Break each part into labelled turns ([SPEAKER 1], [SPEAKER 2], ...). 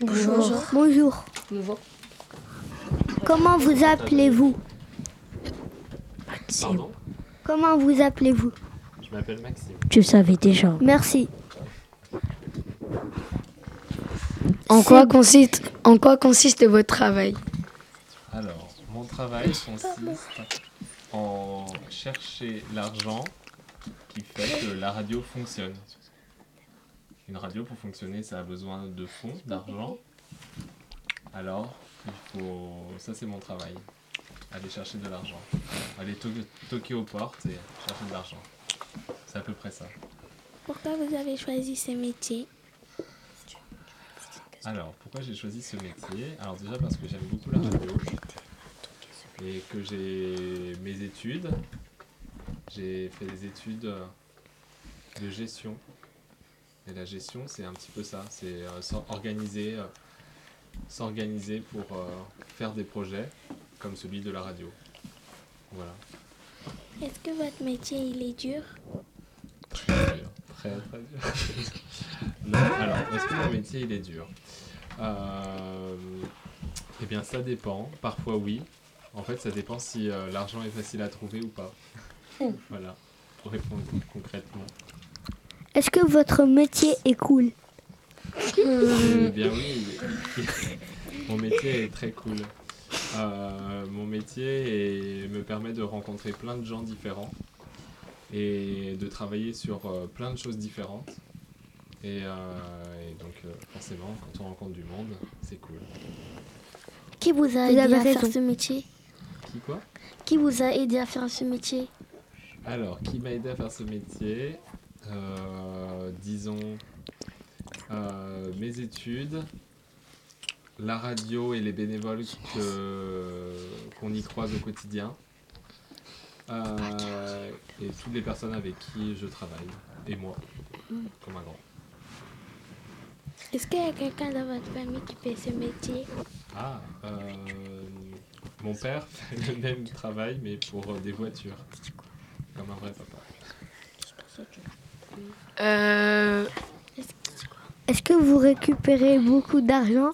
[SPEAKER 1] Bonjour.
[SPEAKER 2] Bonjour.
[SPEAKER 1] Bonjour.
[SPEAKER 2] Comment vous appelez-vous
[SPEAKER 1] Pardon
[SPEAKER 2] Comment vous appelez-vous
[SPEAKER 1] Je m'appelle Maxime.
[SPEAKER 3] Tu le savais déjà.
[SPEAKER 2] Merci.
[SPEAKER 4] En quoi, consiste, en quoi consiste votre travail
[SPEAKER 1] Alors, mon travail consiste en chercher l'argent qui fait que la radio fonctionne. Une radio, pour fonctionner, ça a besoin de fonds, d'argent. Alors, il faut... Ça, c'est mon travail. Aller chercher de l'argent. Aller to- toquer aux portes et chercher de l'argent. C'est à peu près ça.
[SPEAKER 5] Pourquoi vous avez choisi ce métier
[SPEAKER 1] Alors, pourquoi j'ai choisi ce métier Alors déjà parce que j'aime beaucoup la radio et que j'ai mes études. J'ai fait des études euh, de gestion. Et la gestion, c'est un petit peu ça, c'est euh, s'or- organiser, euh, s'organiser pour euh, faire des projets comme celui de la radio. Voilà.
[SPEAKER 5] Est-ce que votre métier il est dur
[SPEAKER 1] Très dur. Très, très dur. non, alors, est-ce que mon métier, il est dur Euh, Eh bien, ça dépend. Parfois, oui. En fait, ça dépend si euh, l'argent est facile à trouver ou pas. voilà, pour répondre concrètement.
[SPEAKER 2] Est-ce que votre métier est cool
[SPEAKER 1] Eh bien oui, mon métier est très cool. Euh, mon métier est- me permet de rencontrer plein de gens différents et de travailler sur euh, plein de choses différentes. Et, euh, et donc euh, forcément, quand on rencontre du monde, c'est cool.
[SPEAKER 5] Qui vous a
[SPEAKER 2] Vous avez
[SPEAKER 5] aidé à
[SPEAKER 2] raison.
[SPEAKER 5] faire ce métier
[SPEAKER 1] Qui quoi
[SPEAKER 5] Qui vous a aidé à faire ce métier
[SPEAKER 1] Alors, qui m'a aidé à faire ce métier Euh, Disons euh, mes études, la radio et les bénévoles que- qu'on y croise au quotidien, euh, et toutes les personnes avec qui je travaille, et moi, comme un grand.
[SPEAKER 5] Est-ce qu'il y a quelqu'un dans votre famille qui fait ce métier
[SPEAKER 1] Ah, euh, mon père fait le même travail, mais pour euh, des voitures, comme un vrai papa.
[SPEAKER 4] Euh,
[SPEAKER 2] Est-ce que vous récupérez beaucoup d'argent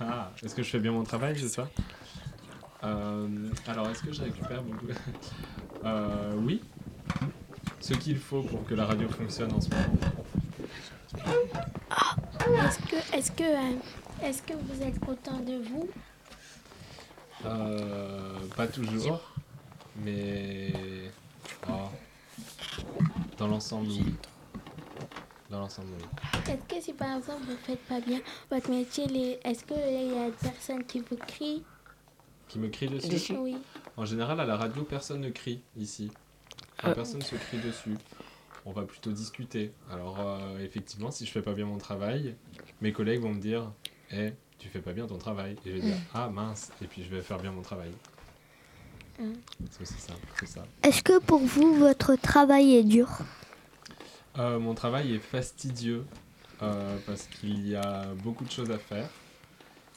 [SPEAKER 1] Ah, est-ce que je fais bien mon travail, c'est ça Euh, Alors, est-ce que je récupère beaucoup Euh, Oui. Ce qu'il faut pour que la radio fonctionne en ce moment.
[SPEAKER 5] Est-ce que, est-ce que, euh, est-ce que vous êtes content de vous
[SPEAKER 1] Euh, pas toujours, mais oh, dans l'ensemble, oui. Dans l'ensemble, oui.
[SPEAKER 5] Est-ce que si par exemple vous faites pas bien votre métier, les- est-ce que il y a des personnes qui vous crient
[SPEAKER 1] Qui me crie dessus
[SPEAKER 5] Oui.
[SPEAKER 1] En général, à la radio, personne ne crie ici. Enfin, Personne se crie dessus. On va plutôt discuter. Alors, euh, effectivement, si je fais pas bien mon travail, mes collègues vont me dire Eh, tu fais pas bien ton travail. Et je vais dire Ah mince Et puis je vais faire bien mon travail.
[SPEAKER 5] Mm.
[SPEAKER 1] C'est aussi simple que ça.
[SPEAKER 2] Est-ce que pour vous, votre travail est dur
[SPEAKER 1] Euh, mon travail est fastidieux euh, parce qu'il y a beaucoup de choses à faire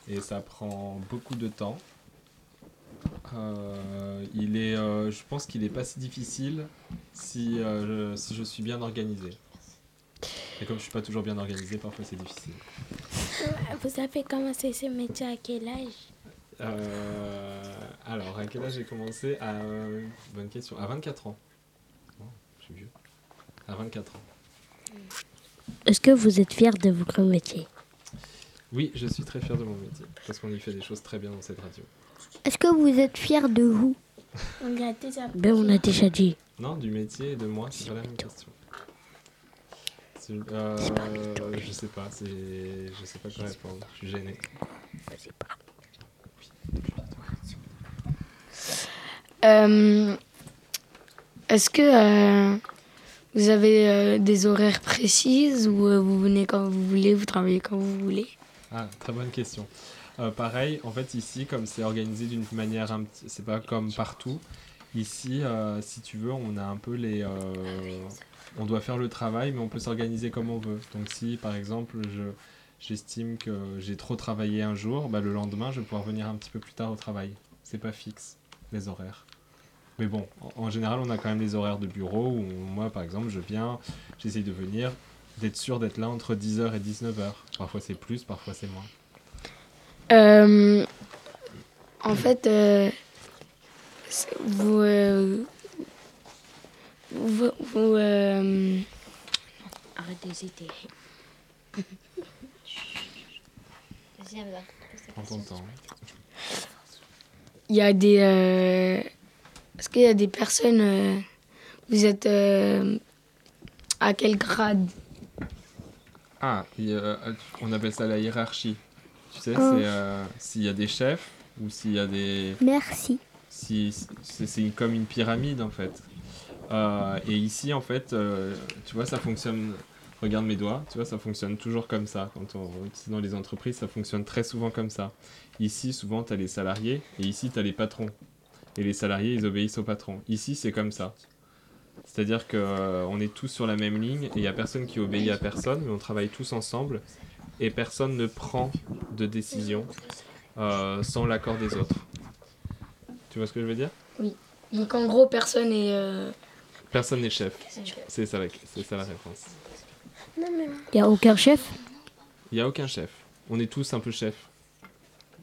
[SPEAKER 1] et ça prend beaucoup de temps. Euh, il est, euh, je pense qu'il est pas si difficile si, euh, je, si je suis bien organisé. Et comme je suis pas toujours bien organisé, parfois c'est difficile.
[SPEAKER 5] Euh, Vous avez commencé ce métier à quel âge
[SPEAKER 1] Euh, alors, à quel âge j'ai commencé à, euh, Bonne question. À 24 ans. Oh, je suis vieux. À 24 ans.
[SPEAKER 3] Est-ce que vous êtes fier de votre métier
[SPEAKER 1] Oui, je suis très fier de mon métier parce qu'on y fait des choses très bien dans cette radio.
[SPEAKER 2] Est-ce que vous êtes fier de vous
[SPEAKER 5] On y a déjà.
[SPEAKER 3] Ben, on a déjà dit.
[SPEAKER 1] Non, du métier et de moi, c'est pas la même question. C'est- euh, je sais pas, c'est, je sais pas quoi répondre. Je suis gêné.
[SPEAKER 4] Euh, Est-ce que euh, vous avez euh, des horaires précises ou euh, vous venez quand vous voulez, vous travaillez quand vous voulez
[SPEAKER 1] Ah, très bonne question. Euh, pareil, en fait, ici, comme c'est organisé d'une manière, un petit- c'est pas comme partout. Ici, euh, si tu veux, on a un peu les. euh, on doit faire le travail, mais on peut s'organiser comme on veut. Donc, si par exemple, je, j'estime que j'ai trop travaillé un jour, bah, le lendemain, je vais pouvoir venir un petit peu plus tard au travail. C'est pas fixe, les horaires. Mais bon, en, en général, on a quand même les horaires de bureau où moi, par exemple, je viens, j'essaye de venir, d'être sûr d'être là entre 10h et 19h. Parfois c'est plus, parfois c'est moins.
[SPEAKER 4] Euh, en fait, euh, c'est- vous, euh, vous, vous, euh,
[SPEAKER 3] Arrête d'hésiter.
[SPEAKER 1] Prends ton temps.
[SPEAKER 4] il y a des, euh, est-ce qu'il y a des personnes, euh, vous êtes euh, à quel grade
[SPEAKER 1] Ah, il y a- on appelle ça la hiérarchie. Tu sais,
[SPEAKER 2] Oh.
[SPEAKER 1] c'est euh, s'il y a des chefs ou s'il y a des.
[SPEAKER 2] Merci.
[SPEAKER 1] si, c'est c'est comme une pyramide en fait. Euh, et ici en fait, euh, tu vois, ça fonctionne. Regarde mes doigts, tu vois, ça fonctionne toujours comme ça. Quand on c'est dans les entreprises, ça fonctionne très souvent comme ça. Ici, souvent, tu as les salariés et ici, tu as les patrons. Et les salariés, ils obéissent aux patrons. Ici, c'est comme ça. C'est-à-dire que euh, on est tous sur la même ligne et il n'y a personne qui obéit à personne, mais on travaille tous ensemble et personne ne prend de décision euh, sans l'accord des autres. Tu vois ce que je veux dire
[SPEAKER 4] Donc en gros, personne est, euh,
[SPEAKER 1] Personne n'est chef. C'est ça, la- c'est ça la réponse.
[SPEAKER 5] Non, mais
[SPEAKER 3] Il a aucun chef
[SPEAKER 1] Il n'y a aucun chef. On est tous un peu chef.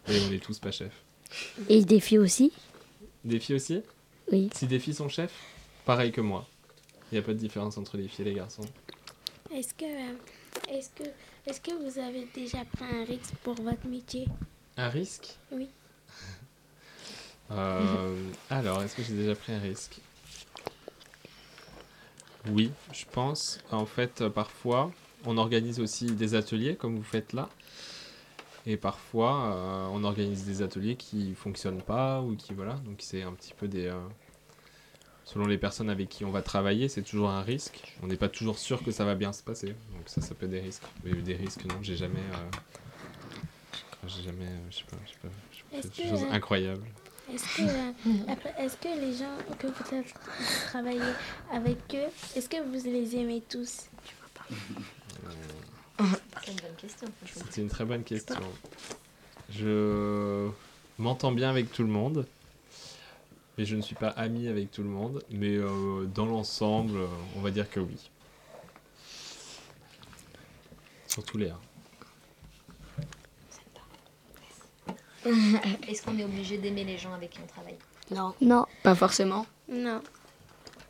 [SPEAKER 1] Et on est tous pas chef.
[SPEAKER 3] Et des filles aussi
[SPEAKER 1] Des filles aussi
[SPEAKER 3] Oui.
[SPEAKER 1] Si des filles sont chefs, pareil que moi. Il n'y a pas de différence entre les filles et les garçons.
[SPEAKER 5] est-ce que, euh, est-ce que, est-ce que vous avez déjà pris un risque pour votre métier
[SPEAKER 1] Un risque
[SPEAKER 5] Oui.
[SPEAKER 1] Euh, alors, est-ce que j'ai déjà pris un risque Oui, je pense. En fait, euh, parfois, on organise aussi des ateliers comme vous faites là. Et parfois, euh, on organise des ateliers qui fonctionnent pas ou qui voilà. Donc c'est un petit peu des euh, selon les personnes avec qui on va travailler, c'est toujours un risque. On n'est pas toujours sûr que ça va bien se passer. Donc ça, ça peut être des risques. Mais des risques, non, j'ai jamais. euh, j'ai jamais, euh, je sais pas, je sais pas, j'ai
[SPEAKER 5] Est-ce
[SPEAKER 1] fait
[SPEAKER 5] que,
[SPEAKER 1] des choses
[SPEAKER 5] euh,
[SPEAKER 1] incroyables.
[SPEAKER 5] Est-ce que, euh, après- est-ce que les gens que vous tra- vous travaillez avec eux, est-ce que vous les aimez tous
[SPEAKER 6] C'est une bonne question. franchement.
[SPEAKER 1] C'est une très bonne question. Je m'entends bien avec tout le monde, mais je ne suis pas ami avec tout le monde. Mais euh, dans l'ensemble, euh, on va dire que oui. Surtout Léa.
[SPEAKER 6] Est-ce qu'on est obligé d'aimer les gens avec qui on travaille
[SPEAKER 3] Non.
[SPEAKER 2] Non.
[SPEAKER 4] pas forcément.
[SPEAKER 5] Non.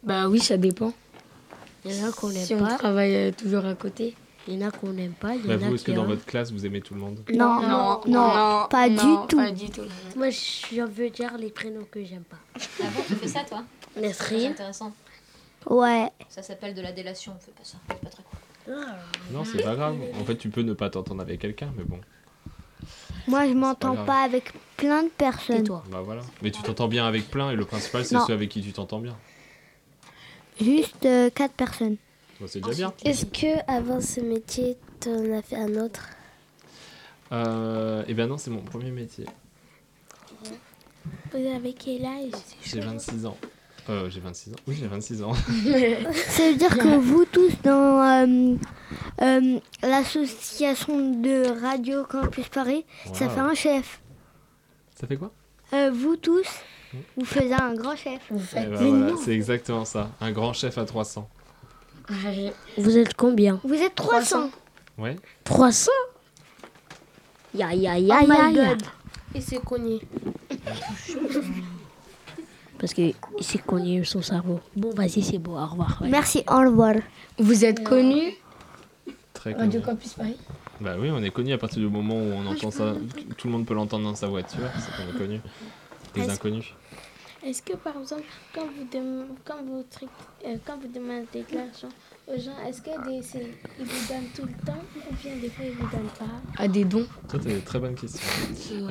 [SPEAKER 4] Bah oui, ça dépend.
[SPEAKER 3] Il y en a qu'on n'aime
[SPEAKER 4] Si on
[SPEAKER 3] pas,
[SPEAKER 4] travaille euh, toujours à côté.
[SPEAKER 3] il y en a qu'on n'aime pas, il y
[SPEAKER 1] Bah,
[SPEAKER 3] en a
[SPEAKER 1] vous, est-ce que
[SPEAKER 3] qui hein.
[SPEAKER 1] dans
[SPEAKER 3] aiment.
[SPEAKER 1] votre classe, vous aimez tout le monde
[SPEAKER 2] Non.
[SPEAKER 4] Non,
[SPEAKER 2] non, pas du
[SPEAKER 4] non,
[SPEAKER 2] tout.
[SPEAKER 4] Pas du tout.
[SPEAKER 3] Moi, je veux dire les prénoms que j'aime pas.
[SPEAKER 6] Ah bon, tu fais ça toi C'est
[SPEAKER 3] Nasrine.
[SPEAKER 6] intéressant.
[SPEAKER 2] Ouais.
[SPEAKER 6] Ça s'appelle de la délation, on fait pas ça, c'est pas très cool.
[SPEAKER 1] Non, c'est pas grave. En fait, tu peux ne pas t'entendre avec quelqu'un, mais bon,
[SPEAKER 2] Moi, je m'entends
[SPEAKER 1] grave.
[SPEAKER 2] pas avec plein de
[SPEAKER 3] Et
[SPEAKER 2] personnes.
[SPEAKER 3] toi
[SPEAKER 1] bah voilà. Mais tu t'entends bien avec plein, et le principal, c'est
[SPEAKER 2] Non.
[SPEAKER 1] ceux avec qui tu t'entends bien.
[SPEAKER 2] Juste euh, quatre personnes.
[SPEAKER 1] Bah, c'est déjà bien.
[SPEAKER 2] Est-ce que avant ce métier, t'en as fait un autre
[SPEAKER 1] Euh, et ben non, c'est mon premier métier.
[SPEAKER 5] Vous avez quel âge
[SPEAKER 1] J'ai 26 ans. Euh, j'ai 26 ans. Oui, j'ai 26 ans.
[SPEAKER 2] Ça veut dire que vous tous dans euh, euh, l'association de Radio Campus Paris, ça
[SPEAKER 1] Waouh.
[SPEAKER 2] fait un chef.
[SPEAKER 1] Ça fait quoi
[SPEAKER 2] Euh, vous tous, vous faites un grand chef.
[SPEAKER 1] Eh ben voilà, C'est exactement ça. Un grand chef à 300.
[SPEAKER 3] Vous êtes combien
[SPEAKER 2] Vous êtes 300.
[SPEAKER 1] Ouais
[SPEAKER 3] 300 Ya ya ya ya ya.
[SPEAKER 5] Et c'est connu.
[SPEAKER 3] Parce que c'est qu'on y a eu son cerveau. Bon, vas-y, c'est beau, au revoir. ouais.
[SPEAKER 2] Merci, au revoir.
[SPEAKER 4] Vous êtes connu
[SPEAKER 1] Très connu. Bah oui, on est connu à partir du moment où on entend ça. Tout le monde peut l'entendre dans sa voiture. C'est qu'on est connu. Des
[SPEAKER 5] Est-ce-
[SPEAKER 1] inconnus.
[SPEAKER 5] Est-ce que par exemple, quand vous, dem- quand vous, tri- euh, quand vous demandez de l'argent aux gens, est-ce que des, c'est- ils vous donnent tout le temps ou bien des fois ils vous donnent pas
[SPEAKER 4] à des dons
[SPEAKER 1] Ça, c'est des très bonnes questions.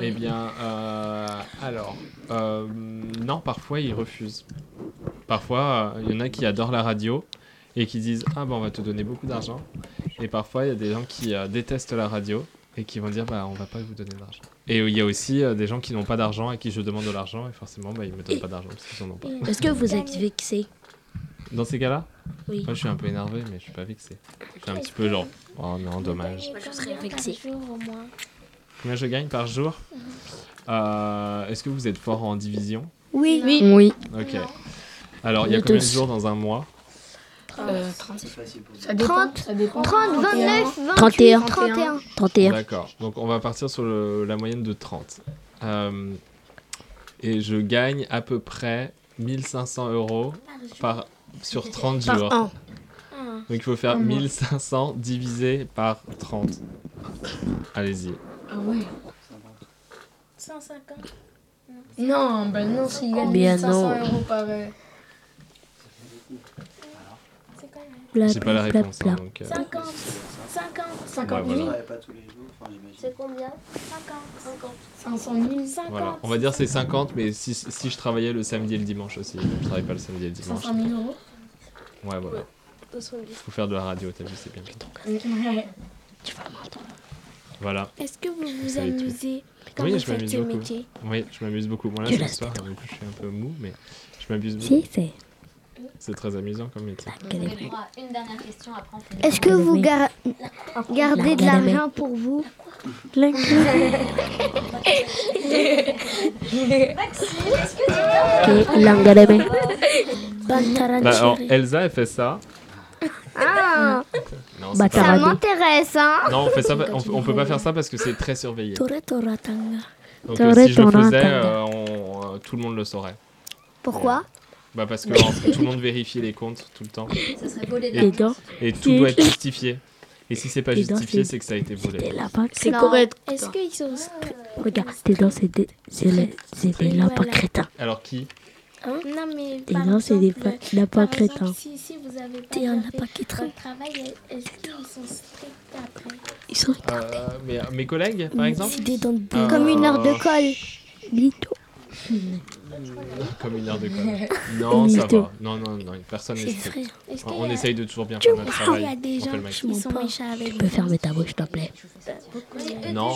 [SPEAKER 1] Eh bien, euh, alors, euh, non, parfois ils refusent. Parfois, euh, il y en a qui adorent la radio et qui disent Ah, ben on va te donner beaucoup d'argent. Et parfois, il y a des gens qui euh, détestent la radio et qui vont dire Bah, on va pas vous donner d'argent. Et il y a aussi euh, des gens qui n'ont pas d'argent à qui je demande de l'argent et forcément, bah, ils me donnent pas d'argent parce qu'ils en ont pas.
[SPEAKER 5] Et-
[SPEAKER 3] Est-ce que vous êtes vexé
[SPEAKER 1] Dans ces cas-là
[SPEAKER 3] Oui.
[SPEAKER 1] Moi, je suis un peu énervé, mais je suis pas vexé. Je suis un petit peu genre Oh non, dommage.
[SPEAKER 5] Vous gagnez
[SPEAKER 3] je serais
[SPEAKER 5] combien par
[SPEAKER 3] vexée.
[SPEAKER 5] jour au moins
[SPEAKER 1] Combien je gagne par jour Euh, Est-ce que vous êtes fort en division
[SPEAKER 2] Oui.
[SPEAKER 4] Oui.
[SPEAKER 1] Ok. Alors, il y a
[SPEAKER 3] Nous
[SPEAKER 1] combien de
[SPEAKER 3] tous.
[SPEAKER 1] jours dans un mois
[SPEAKER 4] Euh, 30. Ça dépend.
[SPEAKER 2] 30,
[SPEAKER 4] ça dépend.
[SPEAKER 2] 30, 29, 28,
[SPEAKER 3] 31.
[SPEAKER 2] 31.
[SPEAKER 3] 31.
[SPEAKER 1] D'accord. Donc on va partir sur le- la moyenne de 30. Euh, et je gagne à peu près 1500 euros par, sur 30
[SPEAKER 4] Par
[SPEAKER 1] jours.
[SPEAKER 4] an.
[SPEAKER 5] Ah,
[SPEAKER 1] Donc il faut faire
[SPEAKER 4] Un mois.
[SPEAKER 1] 1500 divisé par 30. Allez-y.
[SPEAKER 4] Ah ouais.
[SPEAKER 5] 150.
[SPEAKER 4] Non, bah non, s'il gagne
[SPEAKER 3] Combien
[SPEAKER 4] 1500
[SPEAKER 3] non
[SPEAKER 4] euros par. euh,
[SPEAKER 5] C'est quand même.
[SPEAKER 3] Bla,
[SPEAKER 1] J'ai pas la
[SPEAKER 3] bla, bla,
[SPEAKER 1] réponse.
[SPEAKER 3] bla.
[SPEAKER 1] hein, donc, euh,
[SPEAKER 5] 50. 50.
[SPEAKER 4] 50
[SPEAKER 1] Ouais,
[SPEAKER 4] 000,
[SPEAKER 1] voilà.
[SPEAKER 7] pas tous les jours, enfin, j'imagine.
[SPEAKER 5] C'est combien 50. 50.
[SPEAKER 4] 500 000,
[SPEAKER 5] 50.
[SPEAKER 1] voilà. On va dire c'est 50, mais si, si je travaillais le samedi et le dimanche aussi. Je travaille pas le samedi et le dimanche.
[SPEAKER 4] 500 000 euros.
[SPEAKER 1] Ouais, voilà. Faut faire de la radio, t'as vu, c'est bien.
[SPEAKER 4] Ouais.
[SPEAKER 1] Voilà.
[SPEAKER 5] Est-ce que vous vous
[SPEAKER 1] savez tout.
[SPEAKER 5] amusez quand
[SPEAKER 1] Oui,
[SPEAKER 5] vous
[SPEAKER 1] je
[SPEAKER 5] faites
[SPEAKER 1] m'amuse
[SPEAKER 5] ce
[SPEAKER 1] beaucoup.
[SPEAKER 5] métier
[SPEAKER 1] Oui, je m'amuse beaucoup. Moi, là,
[SPEAKER 3] Tu
[SPEAKER 1] ce
[SPEAKER 3] restes
[SPEAKER 1] soir, du coup, je suis un peu mou, mais je m'amuse beaucoup.
[SPEAKER 3] Si, Bah, c'est
[SPEAKER 1] C'est très amusant comme métier.
[SPEAKER 6] Vous avez le
[SPEAKER 3] Galilée.
[SPEAKER 6] droit à une dernière question, après on fait des-
[SPEAKER 2] Est-ce que vous gar- gardez de
[SPEAKER 3] La
[SPEAKER 2] l'argent pour vous
[SPEAKER 3] Et l'angalame.
[SPEAKER 1] Bah, alors, Elsa, elle fait ça.
[SPEAKER 2] Ah,
[SPEAKER 1] Non,
[SPEAKER 3] Bah,
[SPEAKER 1] c'est pas-
[SPEAKER 2] ça
[SPEAKER 3] Tarado.
[SPEAKER 2] m'intéresse, hein
[SPEAKER 1] Non, on fait ça, on, on peut pas faire ça parce que c'est très surveillé. Donc, euh,
[SPEAKER 3] Toré,
[SPEAKER 1] si je le
[SPEAKER 3] toré,
[SPEAKER 1] faisais,
[SPEAKER 3] tanga.
[SPEAKER 1] euh, on- euh, tout le monde le saurait.
[SPEAKER 2] Pourquoi
[SPEAKER 1] Bah, parce que en- tout le monde vérifiait les comptes tout le temps.
[SPEAKER 6] Ça serait voler
[SPEAKER 1] Et
[SPEAKER 6] les
[SPEAKER 3] donc,
[SPEAKER 1] Et tout doit être justifié. Et si c'est pas
[SPEAKER 3] Et dans
[SPEAKER 1] justifié,
[SPEAKER 3] ces-
[SPEAKER 1] c'est que ça a été
[SPEAKER 3] Et
[SPEAKER 1] volé.
[SPEAKER 3] là-bas,
[SPEAKER 4] C'est
[SPEAKER 2] Non.
[SPEAKER 4] correct.
[SPEAKER 5] Est-ce qu'ils sont.
[SPEAKER 3] regarde, tes dents, c'est des, c'est les- c'est des lapins
[SPEAKER 5] Voilà.
[SPEAKER 3] crétins.
[SPEAKER 1] Alors, qui
[SPEAKER 5] Non, mais.
[SPEAKER 3] Tes
[SPEAKER 5] par
[SPEAKER 3] dents, c'est des
[SPEAKER 5] exemple, euh,
[SPEAKER 3] pa- lapins
[SPEAKER 5] par exemple,
[SPEAKER 3] crétins.
[SPEAKER 5] Si, si vous avez pas
[SPEAKER 3] T'es un
[SPEAKER 5] bien fait
[SPEAKER 3] lapin crétin.
[SPEAKER 5] votre travail, est-ce qu'ils sont stricts après
[SPEAKER 3] Ils sont
[SPEAKER 1] Euh, mes, mes collègues, par exemple
[SPEAKER 3] des dents de
[SPEAKER 1] Euh,
[SPEAKER 2] Comme une heure de colle.
[SPEAKER 1] Comme une heure de colle. Non, ça va. Non, non, non, personne n'est strict.
[SPEAKER 5] Est-ce qu'il
[SPEAKER 1] On
[SPEAKER 5] y a-
[SPEAKER 1] on essaye de toujours bien faire notre travail.
[SPEAKER 5] il y a des
[SPEAKER 1] On fait
[SPEAKER 5] gens
[SPEAKER 1] le maximum.
[SPEAKER 5] qui sont méchants avec
[SPEAKER 3] Tu peux fermer ta bouche, s'il te plaît.
[SPEAKER 5] beaucoup de-
[SPEAKER 1] Non.